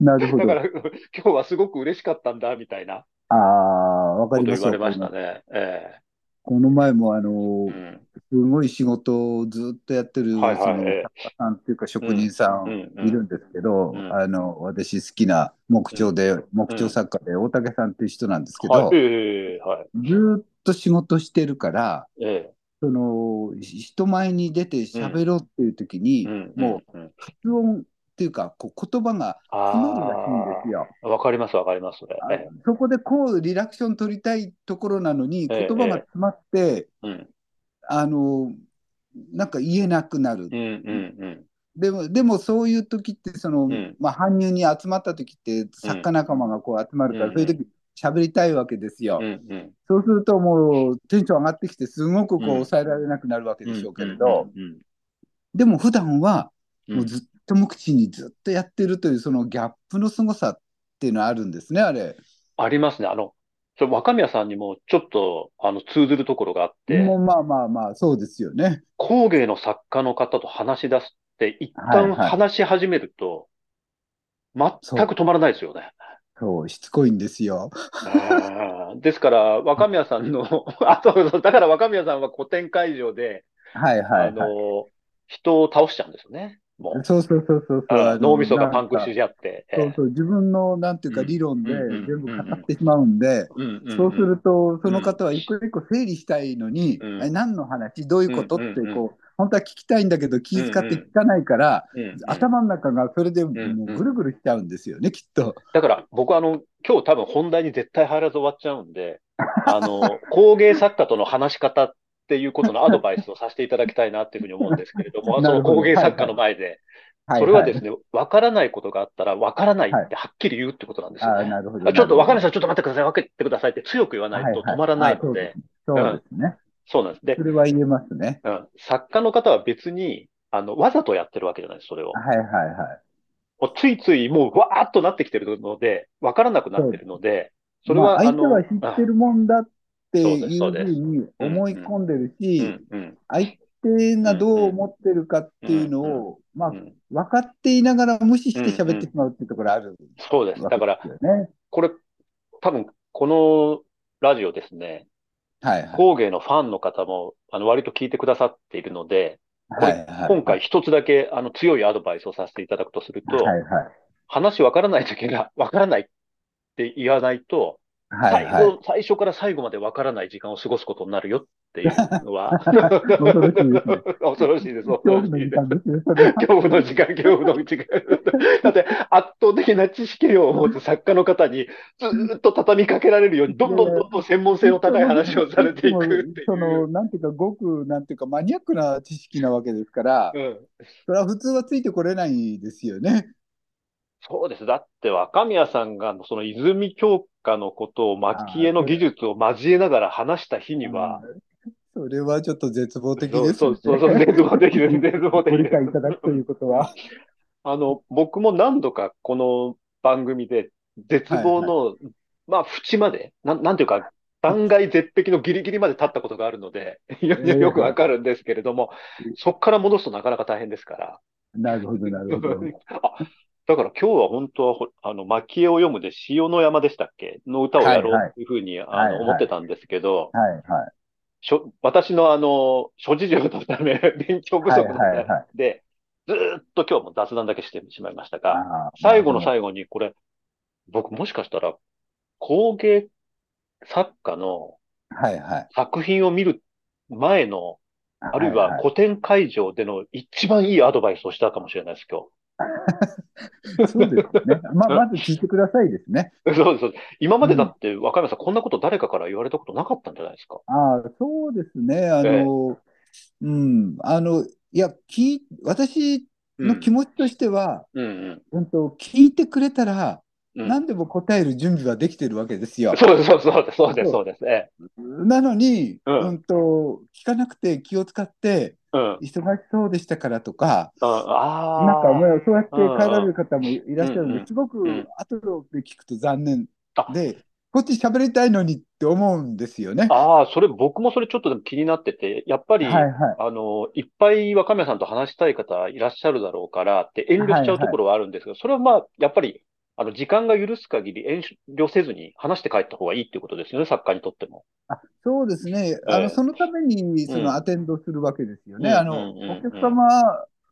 [SPEAKER 3] なるほ
[SPEAKER 2] だ
[SPEAKER 3] ど
[SPEAKER 2] か。ら 今日はすごく嬉しかったんだみたいな
[SPEAKER 3] ああ、わか
[SPEAKER 2] こと
[SPEAKER 3] りま
[SPEAKER 2] 言
[SPEAKER 3] す
[SPEAKER 2] われました
[SPEAKER 3] わかります
[SPEAKER 2] ね。え
[SPEAKER 3] この前も、あの、
[SPEAKER 2] えうん
[SPEAKER 3] すごい仕事をずっとやってる、
[SPEAKER 2] はいはい
[SPEAKER 3] そ
[SPEAKER 2] え
[SPEAKER 3] の、
[SPEAKER 2] え
[SPEAKER 3] 作家さんっていうか職人さん
[SPEAKER 2] うんうん
[SPEAKER 3] いるんですけど、
[SPEAKER 2] うん
[SPEAKER 3] あの私好きな木彫で、木彫作家で大竹さんっていう人なんですけど、
[SPEAKER 2] はい、ええはい。
[SPEAKER 3] ずーっと仕事してるから
[SPEAKER 2] え
[SPEAKER 3] そのひ人前に出て喋ろうっていう時
[SPEAKER 2] え
[SPEAKER 3] に、
[SPEAKER 2] ん
[SPEAKER 3] も
[SPEAKER 2] うん、うん
[SPEAKER 3] 発音っていうかこう言葉が
[SPEAKER 2] あ
[SPEAKER 3] 不能りらしいんですよ。
[SPEAKER 2] あ、わかります、わかります。ええ
[SPEAKER 3] あそこでこうリラクション取りたいところなのに
[SPEAKER 2] ええ
[SPEAKER 3] 言葉が詰まって、
[SPEAKER 2] うん、
[SPEAKER 3] あのなんか言えなくなる
[SPEAKER 2] うん、うん、
[SPEAKER 3] でも、でもそういう時って、その、
[SPEAKER 2] ん
[SPEAKER 3] まあ、搬入に集まった時って、作家仲間がこう集まるから、
[SPEAKER 2] うん
[SPEAKER 3] そういう時喋りたいわけですよ。
[SPEAKER 2] うん、うん、うん。
[SPEAKER 3] そうすると、もう、テンション上がってきて、すごくこう、
[SPEAKER 2] うん
[SPEAKER 3] 抑えられなくなるわけでしょうけれど、
[SPEAKER 2] うん、
[SPEAKER 3] でも、普段は、
[SPEAKER 2] うん、
[SPEAKER 3] もうずっと無口にずっとやってるという、そのギャップの凄さっていうのはあるんですね、あれ。
[SPEAKER 2] ありますね。あの、それ若宮さんにもちょっと、あの、通ずるところがあって、
[SPEAKER 3] もう、まあまあまあ、そうですよね。
[SPEAKER 2] 工芸の作家の方と話し出すって、一
[SPEAKER 3] はい
[SPEAKER 2] 旦
[SPEAKER 3] はい
[SPEAKER 2] 話し始めると、全く止まらないですよ ね。
[SPEAKER 3] そう、しつこいんですよ。
[SPEAKER 2] あーですから、若宮さんの、 あと、だから若宮さんは古典会場で、
[SPEAKER 3] はいはい、
[SPEAKER 2] あの、人を倒しちゃうんですよね。もう。
[SPEAKER 3] そうそうそうそうそう。
[SPEAKER 2] あ
[SPEAKER 3] あの
[SPEAKER 2] 脳みそがパンクしちゃって。
[SPEAKER 3] そうそう、自分のなんていうか
[SPEAKER 2] うん
[SPEAKER 3] 理論で
[SPEAKER 2] うん
[SPEAKER 3] 全部語ってしまうんで、
[SPEAKER 2] うんんん
[SPEAKER 3] そうすると、その方は一個一個整理したいのに、
[SPEAKER 2] うん
[SPEAKER 3] あれ何の話、どういうことっ
[SPEAKER 2] う
[SPEAKER 3] て
[SPEAKER 2] んうんうん
[SPEAKER 3] こう、本当は聞きたいんだけど、気遣って聞かないから、
[SPEAKER 2] うんうん
[SPEAKER 3] 頭の中がそれでも
[SPEAKER 2] んうん
[SPEAKER 3] うぐるぐるしちゃうんですよね、きっと。
[SPEAKER 2] だから僕あの、今日多分本題に絶対入らず終わっちゃうんで、あの、工芸作家との話し方っていうことのアドバイスをさせていただきたいなっていうふうに思うんですけれども、そ
[SPEAKER 3] なる
[SPEAKER 2] の
[SPEAKER 3] ほど
[SPEAKER 2] 工芸作家の前で。
[SPEAKER 3] はい
[SPEAKER 2] それはですね、わからないことがあったら、わからないってはっきり言うってことなんですよ
[SPEAKER 3] あ
[SPEAKER 2] ね。
[SPEAKER 3] ーなるほど。
[SPEAKER 2] あちょっとわかんない
[SPEAKER 3] な
[SPEAKER 2] ですよ、ちょっと待ってください、分けてくださいって強く言わないと止まらないので、
[SPEAKER 3] るほど。そうですね。
[SPEAKER 2] そうなんです。で
[SPEAKER 3] そ、れは言えますね。
[SPEAKER 2] うん、作家の方は別に、あの、わざとやってるわけじゃないです、それを。
[SPEAKER 3] はいはいはい。
[SPEAKER 2] ついついもうわーっとなってきてるので、わからなくなってるので、それは、
[SPEAKER 3] まあ、
[SPEAKER 2] あ
[SPEAKER 3] 相手
[SPEAKER 2] の、
[SPEAKER 3] は知ってるもんだって
[SPEAKER 2] そう
[SPEAKER 3] い
[SPEAKER 2] です
[SPEAKER 3] う
[SPEAKER 2] そう
[SPEAKER 3] ふ
[SPEAKER 2] です
[SPEAKER 3] うに思い込んでるし、
[SPEAKER 2] うん、うん、
[SPEAKER 3] 相手がどう思ってるかっていうの
[SPEAKER 2] うん
[SPEAKER 3] を、まあ
[SPEAKER 2] う、ん
[SPEAKER 3] 分かっていながら無視して喋ってしまうっていうところある
[SPEAKER 2] そうです。だから
[SPEAKER 3] わ、けですよね。
[SPEAKER 2] これ、多分、このラジオですね、
[SPEAKER 3] はいはい。
[SPEAKER 2] 工芸のファンの方も、あの、割と聞いてくださっているので、こ
[SPEAKER 3] はい
[SPEAKER 2] れ
[SPEAKER 3] はい、
[SPEAKER 2] 今回一つだけ、あの、強いアドバイスをさせていただくとすると、
[SPEAKER 3] はいはい。
[SPEAKER 2] 話わからないときが、 わからないって言わないと、
[SPEAKER 3] はいはい。
[SPEAKER 2] 最後、最初から最後までわからない時間を過ごすことになるよっていうの は、
[SPEAKER 3] 恐ろし いですね。
[SPEAKER 2] 恐ろしいです、恐ろ
[SPEAKER 3] 恐怖
[SPEAKER 2] しい
[SPEAKER 3] の
[SPEAKER 2] です。
[SPEAKER 3] 時間ですね、それは。
[SPEAKER 2] 恐怖の時間、恐怖の時間。だって、圧倒的な知識量を持つ作家の方に、ずーっと畳みかけられるように、どんどんどんどん専門性の高い話をされていくっていう。
[SPEAKER 3] その、なんていうか、ごく、なんていうか、マニアックな知識なわけですから
[SPEAKER 2] う、ん、
[SPEAKER 3] それは普通はついてこれないですよね。
[SPEAKER 2] そうです。だって、若宮さんが、その泉教科のことを、蒔絵の技術を交えながら話した日には、
[SPEAKER 3] それはちょっと絶望的
[SPEAKER 2] そ
[SPEAKER 3] で
[SPEAKER 2] う
[SPEAKER 3] す
[SPEAKER 2] そう
[SPEAKER 3] ね
[SPEAKER 2] そうそう、絶望的です、絶望
[SPEAKER 3] ご
[SPEAKER 2] 的で
[SPEAKER 3] 理
[SPEAKER 2] す
[SPEAKER 3] 解い。ただくということは。
[SPEAKER 2] あの、僕も何度かこの番組で絶望の、まあ、縁まで、なん、なんていうか、断崖絶壁のギリギリまで立ったことがあるので、 よ、
[SPEAKER 3] ええ
[SPEAKER 2] よくわかるんですけれども、そこから戻すとなかなか大変ですから。
[SPEAKER 3] なるほど、なる ほど。
[SPEAKER 2] あ、だから今日は本当はほ、あの、蒔絵を読むで、潮の山でしたっけの歌をやろ
[SPEAKER 3] はいは
[SPEAKER 2] う
[SPEAKER 3] い
[SPEAKER 2] というふうに、あの、
[SPEAKER 3] はいはい
[SPEAKER 2] 思ってたんですけど、
[SPEAKER 3] はいはい。
[SPEAKER 2] しょ、私のあの、諸事情のため、 勉強不足の
[SPEAKER 3] はいはいはい
[SPEAKER 2] で、ずーっと今日も雑談だけしてしまいましたが、
[SPEAKER 3] あー
[SPEAKER 2] 最後の最後に、これ、僕もしかしたら、工芸作家の
[SPEAKER 3] はいはい。
[SPEAKER 2] 作品を見る前の、あ
[SPEAKER 3] あ
[SPEAKER 2] るいは古典会場での一番いいアドバイスをしたかもしれないです、今
[SPEAKER 3] そうですね。 ま、まず聞いてくださいですね。
[SPEAKER 2] 日。そうですそうです。今までだって、若山さん、こんなこと誰かから言われたことなかったんじゃないですか。
[SPEAKER 3] ああ、そうですね。あ
[SPEAKER 2] ええ
[SPEAKER 3] の、うん、あの、いや、聞い、私の気
[SPEAKER 2] 持ち。
[SPEAKER 3] 持ちとしては、
[SPEAKER 2] うんうん
[SPEAKER 3] うんと、聞いてくれたら、
[SPEAKER 2] うん
[SPEAKER 3] 何でも答える準備はできてるわけですよ。
[SPEAKER 2] そうです、そうです、そうです、そうです。ええ
[SPEAKER 3] なのに、
[SPEAKER 2] うん
[SPEAKER 3] うんと、聞かなくて気を使って、
[SPEAKER 2] うん。
[SPEAKER 3] 忙しそうでしたからとか、
[SPEAKER 2] あ
[SPEAKER 3] なんか
[SPEAKER 2] あー。
[SPEAKER 3] もうそうやって帰られる方もいらっしゃる
[SPEAKER 2] うん
[SPEAKER 3] の
[SPEAKER 2] うん
[SPEAKER 3] で、すごく
[SPEAKER 2] うん
[SPEAKER 3] 後で聞くと残念
[SPEAKER 2] あ
[SPEAKER 3] で、こっち喋りたいのにって思うんですよね。
[SPEAKER 2] ああ、それ僕もそれちょっとでも気になってて、やっぱり、
[SPEAKER 3] はいはい。
[SPEAKER 2] あの、いっぱい若宮さんと話したい方いらっしゃるだろうからって遠慮しちゃうところはあるんですが、それはまあ、やっぱり、あの、時間が許す限り遠慮せずに話して帰った方がいいっていうことですよね、作家にとっても。
[SPEAKER 3] あ、そうですね。
[SPEAKER 2] ええ
[SPEAKER 3] あの、そのために、そ
[SPEAKER 2] うん
[SPEAKER 3] のアテンドするわけですよね。
[SPEAKER 2] うん
[SPEAKER 3] あ
[SPEAKER 2] う
[SPEAKER 3] の、
[SPEAKER 2] んうんうん
[SPEAKER 3] お客様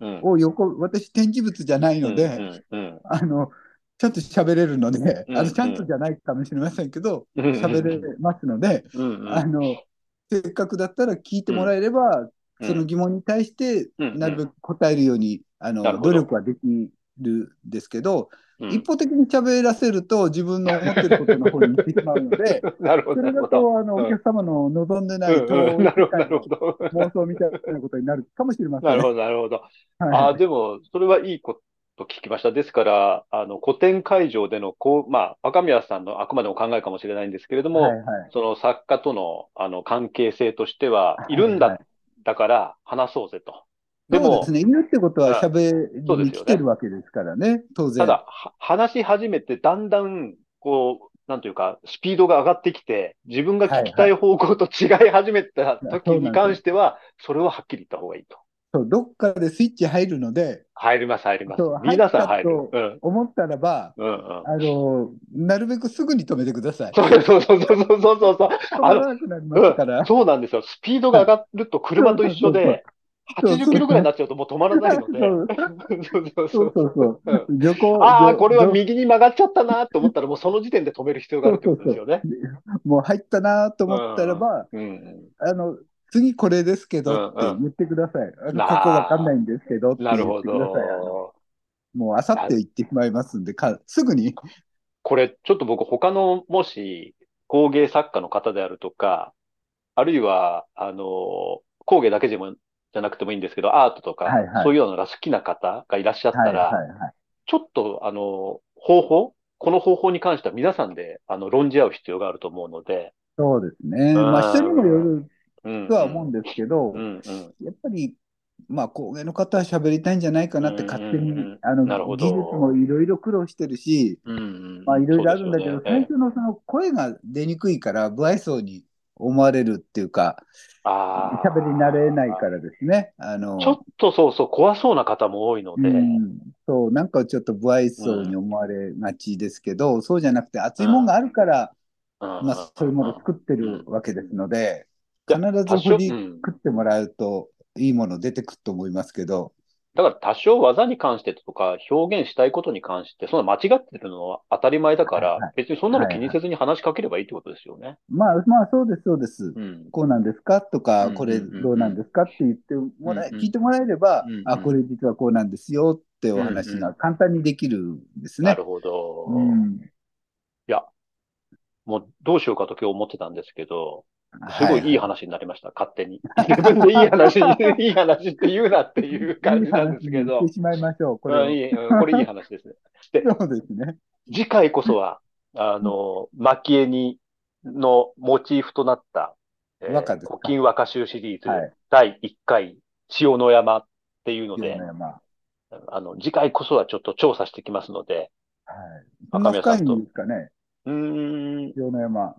[SPEAKER 2] うん。
[SPEAKER 3] を横、私展示物じゃないの
[SPEAKER 2] う
[SPEAKER 3] で、
[SPEAKER 2] んうん
[SPEAKER 3] あの、ちゃんと喋れるので、
[SPEAKER 2] うんう
[SPEAKER 3] あの、
[SPEAKER 2] ん
[SPEAKER 3] ちゃんとじゃないかもしれませんけど、
[SPEAKER 2] うん。
[SPEAKER 3] 喋れますので、
[SPEAKER 2] うんうん
[SPEAKER 3] あの、せっかくだったら聞いてもらえれば、
[SPEAKER 2] うん
[SPEAKER 3] その疑問に対して、
[SPEAKER 2] うんうん
[SPEAKER 3] なるべく答えるように、あ
[SPEAKER 2] なる
[SPEAKER 3] の、
[SPEAKER 2] ほど
[SPEAKER 3] 努力はできるんですけど、
[SPEAKER 2] うん
[SPEAKER 3] 一方的に喋らせると、自分の思ってることの方に行ってしま うので、
[SPEAKER 2] なるほど、
[SPEAKER 3] それ
[SPEAKER 2] なるほど。
[SPEAKER 3] だと、あの、
[SPEAKER 2] うん
[SPEAKER 3] お客様の望んでな
[SPEAKER 2] う
[SPEAKER 3] いと、
[SPEAKER 2] んうんなるほど、なるほど。
[SPEAKER 3] 妄想みたいなことになるかもしれま せん
[SPEAKER 2] な
[SPEAKER 3] ね。
[SPEAKER 2] るほど、なるほど。
[SPEAKER 3] はい
[SPEAKER 2] ああ、でも、それはいいこと聞きました。ですから、あの、古典会場での、こう、まあ、若宮さんのあくまでも考えかもしれないんですけれども、
[SPEAKER 3] はいはい
[SPEAKER 2] その作家との、あの関係性としては、いるん
[SPEAKER 3] はい
[SPEAKER 2] だ、だから話そうぜと。でも、
[SPEAKER 3] そうですね。いるってことは喋
[SPEAKER 2] そうで
[SPEAKER 3] りに
[SPEAKER 2] すよね
[SPEAKER 3] 来てるわけですからね、当然。
[SPEAKER 2] ただ、は話し始めて、だんだん、こう、なんというか、スピードが上がってきて、自分が聞きたい方向と違い始めた時に関しては、それをはっきり言った方がいいと。
[SPEAKER 3] そう、どっかでスイッチ入るので、
[SPEAKER 2] 入ります、入ります
[SPEAKER 3] そう。
[SPEAKER 2] 皆さん入る。
[SPEAKER 3] 入っ
[SPEAKER 2] うん、
[SPEAKER 3] 思ったらば、
[SPEAKER 2] うん、うん。
[SPEAKER 3] あの、なるべくすぐに止めてください。
[SPEAKER 2] そうそうそうそうそうそうそうそう。
[SPEAKER 3] 止まらなくなりますから。
[SPEAKER 2] そうなんですよ。スピードが上がると車と一緒で、
[SPEAKER 3] そうそうそう
[SPEAKER 2] 80キロぐらいになっちゃうともう止まらないの で。そうそう
[SPEAKER 3] そ
[SPEAKER 2] そう
[SPEAKER 3] うそうそう
[SPEAKER 2] うん
[SPEAKER 3] そう。旅行、
[SPEAKER 2] ああ、
[SPEAKER 3] 旅
[SPEAKER 2] これは
[SPEAKER 3] 旅
[SPEAKER 2] 右に曲がっちゃったなと思ったら、もうその時点で止める必要があるってことですよね。
[SPEAKER 3] もう入ったなと思ったらば、
[SPEAKER 2] うん
[SPEAKER 3] あの、次これですけどって言ってください。
[SPEAKER 2] な
[SPEAKER 3] あの、
[SPEAKER 2] あ
[SPEAKER 3] 過去わかんないんですけどって言
[SPEAKER 2] な
[SPEAKER 3] って
[SPEAKER 2] る
[SPEAKER 3] くだ
[SPEAKER 2] ほ
[SPEAKER 3] さい。あの
[SPEAKER 2] ど。
[SPEAKER 3] もうあさって行ってしまいますんで、かすぐに。
[SPEAKER 2] これ、ちょっと僕、他の、もし、工芸作家の方であるとか、あるいは、あの、工芸だけでもじゃなくてもいいんですけど、アートとか、
[SPEAKER 3] はいはい
[SPEAKER 2] そういうのが好きな方がいらっしゃった
[SPEAKER 3] はい
[SPEAKER 2] ら、
[SPEAKER 3] はいはい。
[SPEAKER 2] ちょっと、あの、方法、この方法に関しては皆さんで、あの、論じ合う必要があると思うので、
[SPEAKER 3] そうですね。
[SPEAKER 2] うん
[SPEAKER 3] まあ、人にもよる
[SPEAKER 2] うん
[SPEAKER 3] とは思うんですけど、
[SPEAKER 2] うんうん。
[SPEAKER 3] やっぱり、まあ、工芸の方は喋りたいんじゃないかなって勝手
[SPEAKER 2] う
[SPEAKER 3] に
[SPEAKER 2] んうんうん、
[SPEAKER 3] あの、
[SPEAKER 2] なるほ
[SPEAKER 3] 技
[SPEAKER 2] ど
[SPEAKER 3] 術もいろいろ苦労してるし、
[SPEAKER 2] うんうん
[SPEAKER 3] まあ、いろいろあるんだけ
[SPEAKER 2] そ
[SPEAKER 3] ど、
[SPEAKER 2] うですよ
[SPEAKER 3] 最
[SPEAKER 2] ねええ
[SPEAKER 3] 初のその声が出にくいから、不愛想に思われるっていうか、
[SPEAKER 2] あー
[SPEAKER 3] 喋り慣れないからですね。あの、
[SPEAKER 2] ちょっとそうそう、怖そうな方も多いので、
[SPEAKER 3] うん、そう、なんかちょっと不愛想に思われがちですけど、そうじゃなくて、熱いもんがあるから、まあ、そういうものを作ってるわけですので、
[SPEAKER 2] う
[SPEAKER 3] 必
[SPEAKER 2] ん
[SPEAKER 3] ず振り
[SPEAKER 2] う
[SPEAKER 3] 食
[SPEAKER 2] ん
[SPEAKER 3] ってもらうと、いいもの出てくると思いますけど、
[SPEAKER 2] だから多少技に関してとか表現したいことに関して、そんな間違ってるのは当たり前だから、
[SPEAKER 3] はいは
[SPEAKER 2] 別にそんなの気にせずに話しかければいいってことですよね。
[SPEAKER 3] まあ、まあ、そうです、そうです。
[SPEAKER 2] うん。
[SPEAKER 3] こうなんですかと
[SPEAKER 2] うんうん
[SPEAKER 3] か、
[SPEAKER 2] うん
[SPEAKER 3] これどうなんですかって言ってもらえ、
[SPEAKER 2] うんうん
[SPEAKER 3] 聞いてもらえれば
[SPEAKER 2] うんう、ん
[SPEAKER 3] あ、これ実はこうなんですよってお話が簡単にできるんです
[SPEAKER 2] な
[SPEAKER 3] ね。
[SPEAKER 2] るほど。
[SPEAKER 3] うん。
[SPEAKER 2] もうどうしようかと今日思ってたんですけど、す
[SPEAKER 3] は
[SPEAKER 2] ごいいい話になりました、勝手に。自分でいい話 に、いい話って言うなっていう感じなんですけ
[SPEAKER 3] いい話に
[SPEAKER 2] ど
[SPEAKER 3] し。てしまいましょう、こ
[SPEAKER 2] うん
[SPEAKER 3] れ。
[SPEAKER 2] いいうんこれいい話ですね。
[SPEAKER 3] そうですね。
[SPEAKER 2] 次回こそは、あの、蒔絵に、のモチーフとなった、えー
[SPEAKER 3] 和歌ですか
[SPEAKER 2] 古今和歌集シリーズ、
[SPEAKER 3] はい
[SPEAKER 2] 第1回、千代の山っていうので、
[SPEAKER 3] ねまあ
[SPEAKER 2] あの、次回こそはちょっと調査してきますので、
[SPEAKER 3] はい。そ
[SPEAKER 2] 若
[SPEAKER 3] んな
[SPEAKER 2] 宮さ
[SPEAKER 3] 深い
[SPEAKER 2] んと
[SPEAKER 3] んですかね、
[SPEAKER 2] うーん、
[SPEAKER 3] 塩の山。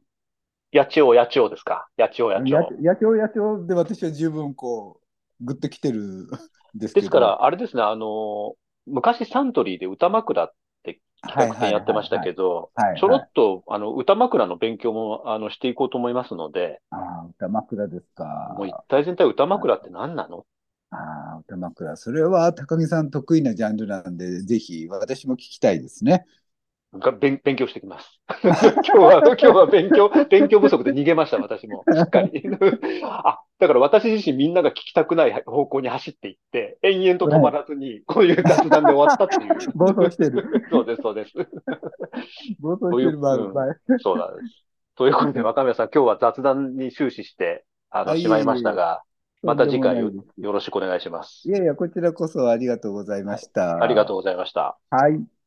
[SPEAKER 2] 八千代、八千代ですか。八千代、八千
[SPEAKER 3] 野
[SPEAKER 2] 代。
[SPEAKER 3] 鳥野鳥で私は十分こう、グッときてるんですけど。
[SPEAKER 2] ですから、あれですね、あの、昔サントリーで歌枕って企画展やってましたけど、
[SPEAKER 3] はいはいはいはい
[SPEAKER 2] ちょろっと、あの、歌枕の勉強も、あの、していこうと思いますので、
[SPEAKER 3] ああ、歌枕ですか
[SPEAKER 2] もう。一体全体歌枕って何なの
[SPEAKER 3] ああ、歌枕。それは高木さん得意なジャンルなんで、ぜひ私も聞きたいですね。
[SPEAKER 2] が勉勉強してき ます。今日は、今日は勉強、勉強不足で逃げました、私も。しっか り。あ、だから私自身みんなが聞きたくない方向に走っていって、延々と止まらずに、こういう雑談で終わったっていう。
[SPEAKER 3] 暴走してる。
[SPEAKER 2] そうです、そうです。
[SPEAKER 3] 暴走してる場合、場合
[SPEAKER 2] そうなんです。ということで、若宮さん、今日は雑談に終始して、あの、
[SPEAKER 3] あ
[SPEAKER 2] しまいましたが、また次回
[SPEAKER 3] と
[SPEAKER 2] よ
[SPEAKER 3] んでもないです
[SPEAKER 2] ろしくお願いします
[SPEAKER 3] い。やいや、こちらこそありがとうございました。
[SPEAKER 2] ありがとう
[SPEAKER 3] う。
[SPEAKER 2] ございました。
[SPEAKER 3] はい。